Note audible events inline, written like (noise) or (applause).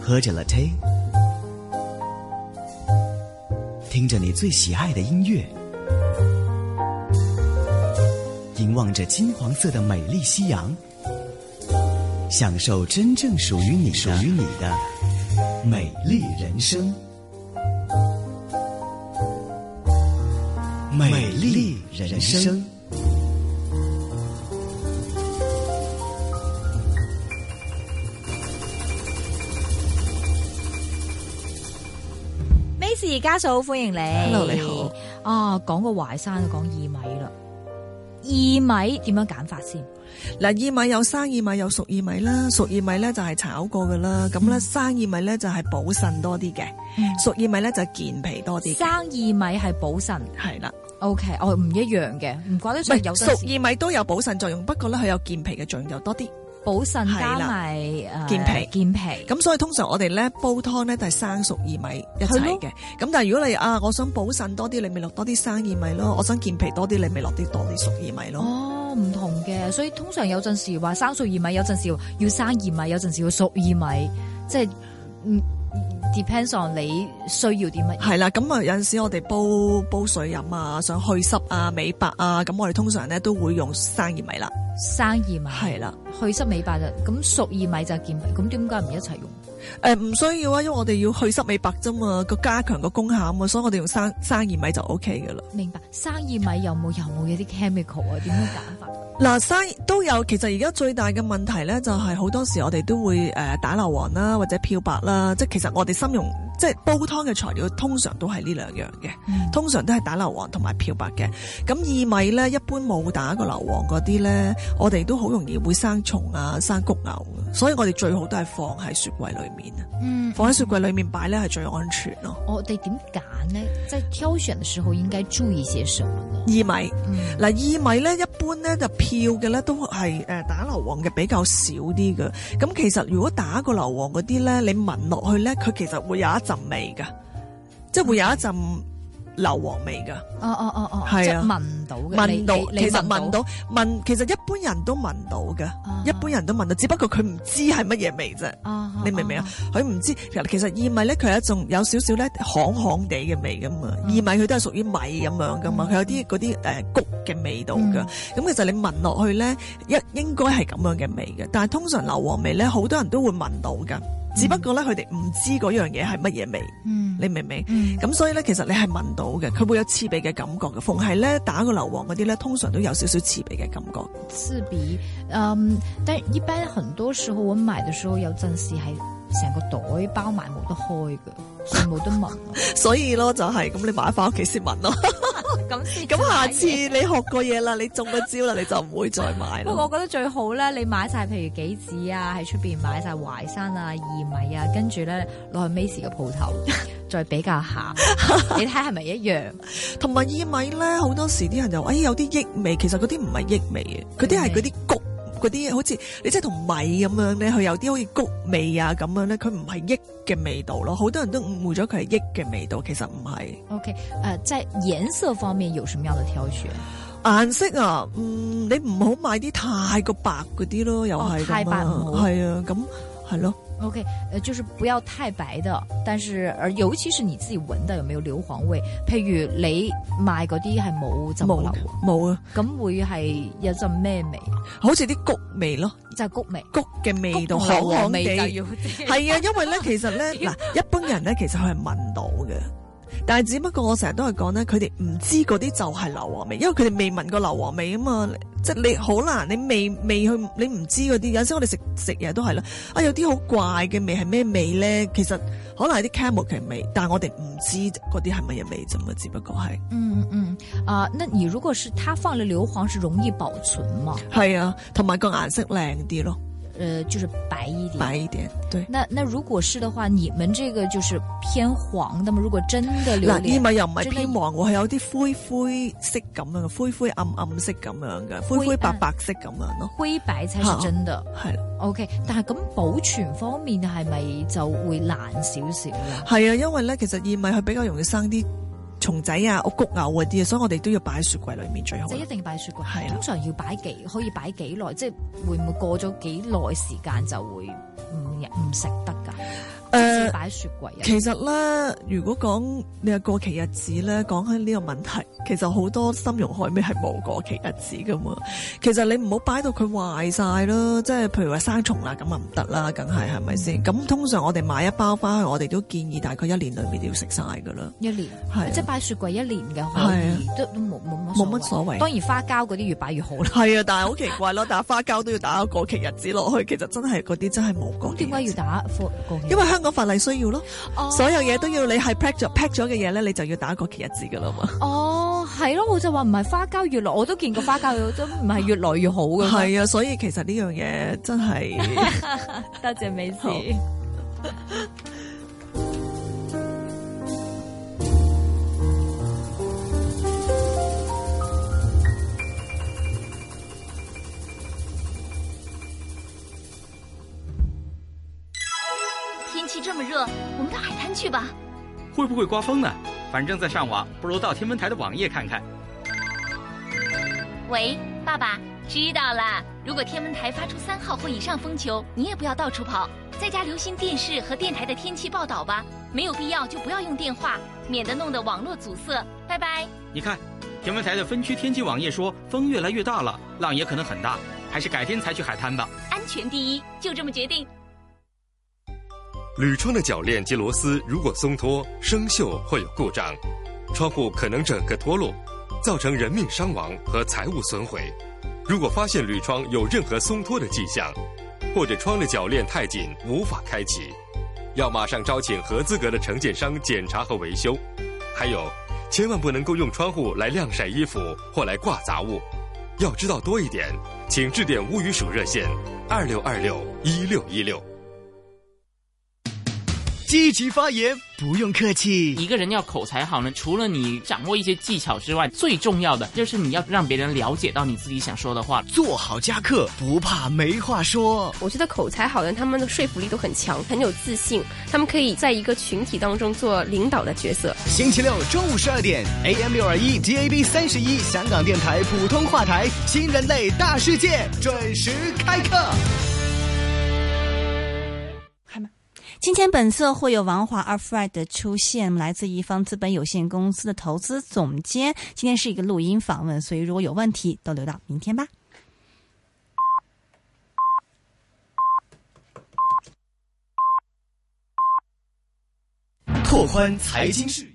喝着 latte，听着你最喜爱的音乐，凝望着金黄色的美丽夕阳，享受真正属于你属于你的美丽人生，美丽人生。 Macy 家嫂，歡迎你。 Hello，你好。啊，講個淮山，講薏米啦。薏米點樣揀法先？嗱，薏米有生薏米有熟薏米啦，熟薏米咧就係炒過噶啦，咁嗯咧生薏米咧就係補腎多啲嘅，熟薏米咧就係健脾多啲嘅，生薏米係補腎係啦。 ，OK，哦唔一樣嘅，唔怪得唔上有係熟得薏米都有補腎作用，不過咧佢有健脾嘅作用就多啲。補腎加係啦埋誒健脾健脾。咁所以通常我哋咧煲湯咧都係生熟薏米一齊係咯嘅。咁但係如果你啊，我想補腎多啲，你咪落多啲生薏米咯；我想健脾多啲，你咪落啲多啲熟薏米咯。哦，唔同嘅，所以通常有陣時話生熟薏米，有陣時話要生薏米，有陣時要熟薏米，即係嗯 depends on 你需要啲乜嘢。係啦，咁啊有陣時我哋煲煲水飲啊，想去濕啊、美白啊，咁我哋通常咧都會用生薏米啦。生薏米係啦，去濕美白就咁熟薏米就係健脾，咁點解唔一齊用？誒唔需要啊，因為我哋要去濕美白啫嘛，個加強個功效啊嘛，所以我哋用生生薏米就 O K 嘅啦。明白生薏米有冇有冇一啲 chemical 啊？點樣揀法？嗱，生都有，其實而家最大嘅問題咧，就係好多時我哋都會誒、呃打硫磺啦，或者漂白啦，即係其實我哋參用即係煲湯嘅材料，通常都係呢兩樣嘅，通常都係打硫磺同埋漂白嘅。咁薏米咧，一般冇打過硫磺嗰啲咧，我哋都好容易會生蟲啊、生谷牛嘅，所以我哋最好都係放喺雪櫃裏面啊，嗯，放喺雪櫃裏面擺咧係最安全咯。我哋點揀呢？即係挑選嘅時候應該注意些什麼呢？薏米。嗯，嗱，薏米咧一般咧就漂嘅咧都係誒打硫磺嘅比較少啲嘅。咁其實如果打過硫磺嗰啲咧，你聞落去咧，佢其實會有一陣味㗎，即係會有一陣硫磺味㗎。哦哦哦哦，係即啊係聞到嘅，你聞到你你其實聞到聞，其實一般人都聞到㗎，啊一般人都聞到，只不過佢唔知係乜嘢味啫。啊你明唔明啊？？佢唔知，其實其實薏米咧，佢係一種有少少咧巷巷地嘅味噶嘛。薏嗯米佢都係屬於米咁樣噶嘛，佢有啲嗰啲誒谷嘅味道噶。咁、其實你聞落去咧，一應該係咁樣嘅味嘅。但係通常硫磺味咧，好多人都會聞到噶，只不過咧佢哋唔知嗰樣嘢係乜嘢味，嗯，你明唔明？嗯咁所以咧，其實你係聞到嘅，佢會有刺鼻嘅感覺嘅。逢係咧打過硫磺嗰啲咧，通常都有少少刺鼻嘅感覺。刺鼻，嗯，但一般很多時候我買嘅時候有陣時係成個袋包埋冇得開嘅，所以冇得聞咯。所以咯，就係、咁，你買翻屋企先聞咯。咁先 (laughs) 咁下次你學過嘢啦，你中咗招啦，你就唔會再買不過咯。我覺得最好咧，你買晒譬如杞子啊，喺出邊買晒淮山啊、薏米啊，跟住咧落去 Macy 嘅鋪 (laughs) 頭再比較下，你睇係咪一樣？同埋薏米咧，好多時啲人就話，哎，有啲益味，其實嗰啲唔係益味嘅，嗰啲係嗰啲谷。嗰啲好似你即係同米咁樣咧，佢有啲好似谷味啊咁樣咧，佢唔係益嘅味道咯。好多人都誤會咗佢係益嘅味道，其實唔係 OK，呃，在顏色方面有什麼樣的挑選？顏色啊。嗯，你唔好買啲太過白嗰啲咯，又係哦太咁白啊唔好係啊，咁係咯。 OK，呃，就是不要太白的，但是而尤其是你自己聞到有沒有硫磺味？譬如你賣嗰啲係冇浸過冇硫磺，冇啊，咁會係有陣咩味？好似啲谷味咯，就係谷味，谷嘅味道，谷香同硫磺香味地就。要係係啊，因為咧，其實咧，嗱，一般人咧，其實佢係聞到嘅，但係只不過我成日都係講咧，佢哋唔知嗰啲就係硫磺味，因為佢哋未聞過硫磺味啊嘛，即係你好難，你未未去，你唔知嗰啲。有陣時我哋食食嘢都係啦，啊有啲好怪嘅味係咩味咧？其實可能係啲 camel 嘅味，但係我哋唔知嗰啲係乜嘢味啫嘛，只不過係。嗯嗯嗯，啊、那你如果是它放了硫磺，是容易保存嘛？係啊，同埋個顏色靚啲咯，呃，就是白一点。白一點，對。那那如果是的话，你们这个就是偏黄的嘛？如果真的榴嗱，莲薏米又唔係真係偏黃喎，係有啲灰灰色咁樣嘅，灰灰暗暗色咁樣嘅，灰灰灰白暗白色咁樣咯，灰白才是真的。係啦， OK，但係咁保存方面係咪就會難少少咧？係啊，因為咧其實薏米佢比較容易生啲蟲仔啊、屋谷牛嗰啲啊，所以我哋都要擺喺雪櫃裏面最好即係。一定要擺雪係啦櫃，通常要擺幾可以擺幾耐？即係會唔會過咗幾耐時間就會唔唔食得㗎？直誒接擺雪櫃啊入其實咧，如果講你話過期日子咧，講起呢個問題，其實好多參茸海味係冇過期日子噶嘛。其實你唔好擺到佢壞晒咯，即係譬如話生蟲啦，咁啊唔得啦，梗係係咪嗯先？咁通常我哋買一包翻去，我哋都建議大概一年裏面都要食晒噶啦。一年，係啊啊即係擺雪櫃一年嘅可以，都都冇冇乜冇乜所謂當然花膠嗰啲越擺越好啦。係啊，但係好奇怪咯，打花膠都要打個過期日子落去，其實真係嗰啲真係冇過咁期日點子。解要打貨過期？因為香港法例需要咯，哦所有嘢都要你係 pack 咗 pack 咗嘅嘢咧，你就要打過期日子噶啦嘛。哦，係咯，我就話唔係花膠越來，我都見過花膠都唔係越來越好嘅。係啊，所以其實呢樣嘢真係。多謝美好事。天气这么热，我们到海滩去吧。会不会刮风呢？反正在上网，不如到天文台的网页看看。喂，爸爸，知道啦。如果天文台发出三号或以上风球，你也不要到处跑，在家留心电视和电台的天气报道吧。没有必要就不要用电话，免得弄得网络阻塞。拜拜。你看，天文台的分区天气网页说风越来越大了，浪也可能很大，还是改天才去海滩吧。安全第一，就这么决定。铝窗的铰链及螺丝如果松脱、生锈或有故障，窗户可能整个脱落，造成人命伤亡和财物损毁。如果发现铝窗有任何松脱的迹象，或者窗的铰链太紧无法开启，要马上招请合资格的承建商检查和维修。还有，千万不能够用窗户来晾晒衣服或来挂杂物。要知道多一点，请致电屋宇署热线二六二六一六一六。积极发言，不用客气。一个人要口才好呢，除了你掌握一些技巧之外，最重要的就是你要让别人了解到你自己想说的话。做好家课，不怕没话说。我觉得口才好的人，他们的说服力都很强，很有自信，他们可以在一个群体当中做领导的角色。星期六中午十二点，AM 六二一 DAB 三十一，香港电台普通话台《新人类大世界》准时开课。 (laughs) 今天本色会有王华二 Fred 的出现，来自一方资本有限公司的投资总监。今天是一个录音访问，所以如果有问题都留到明天吧。拓宽财经视野。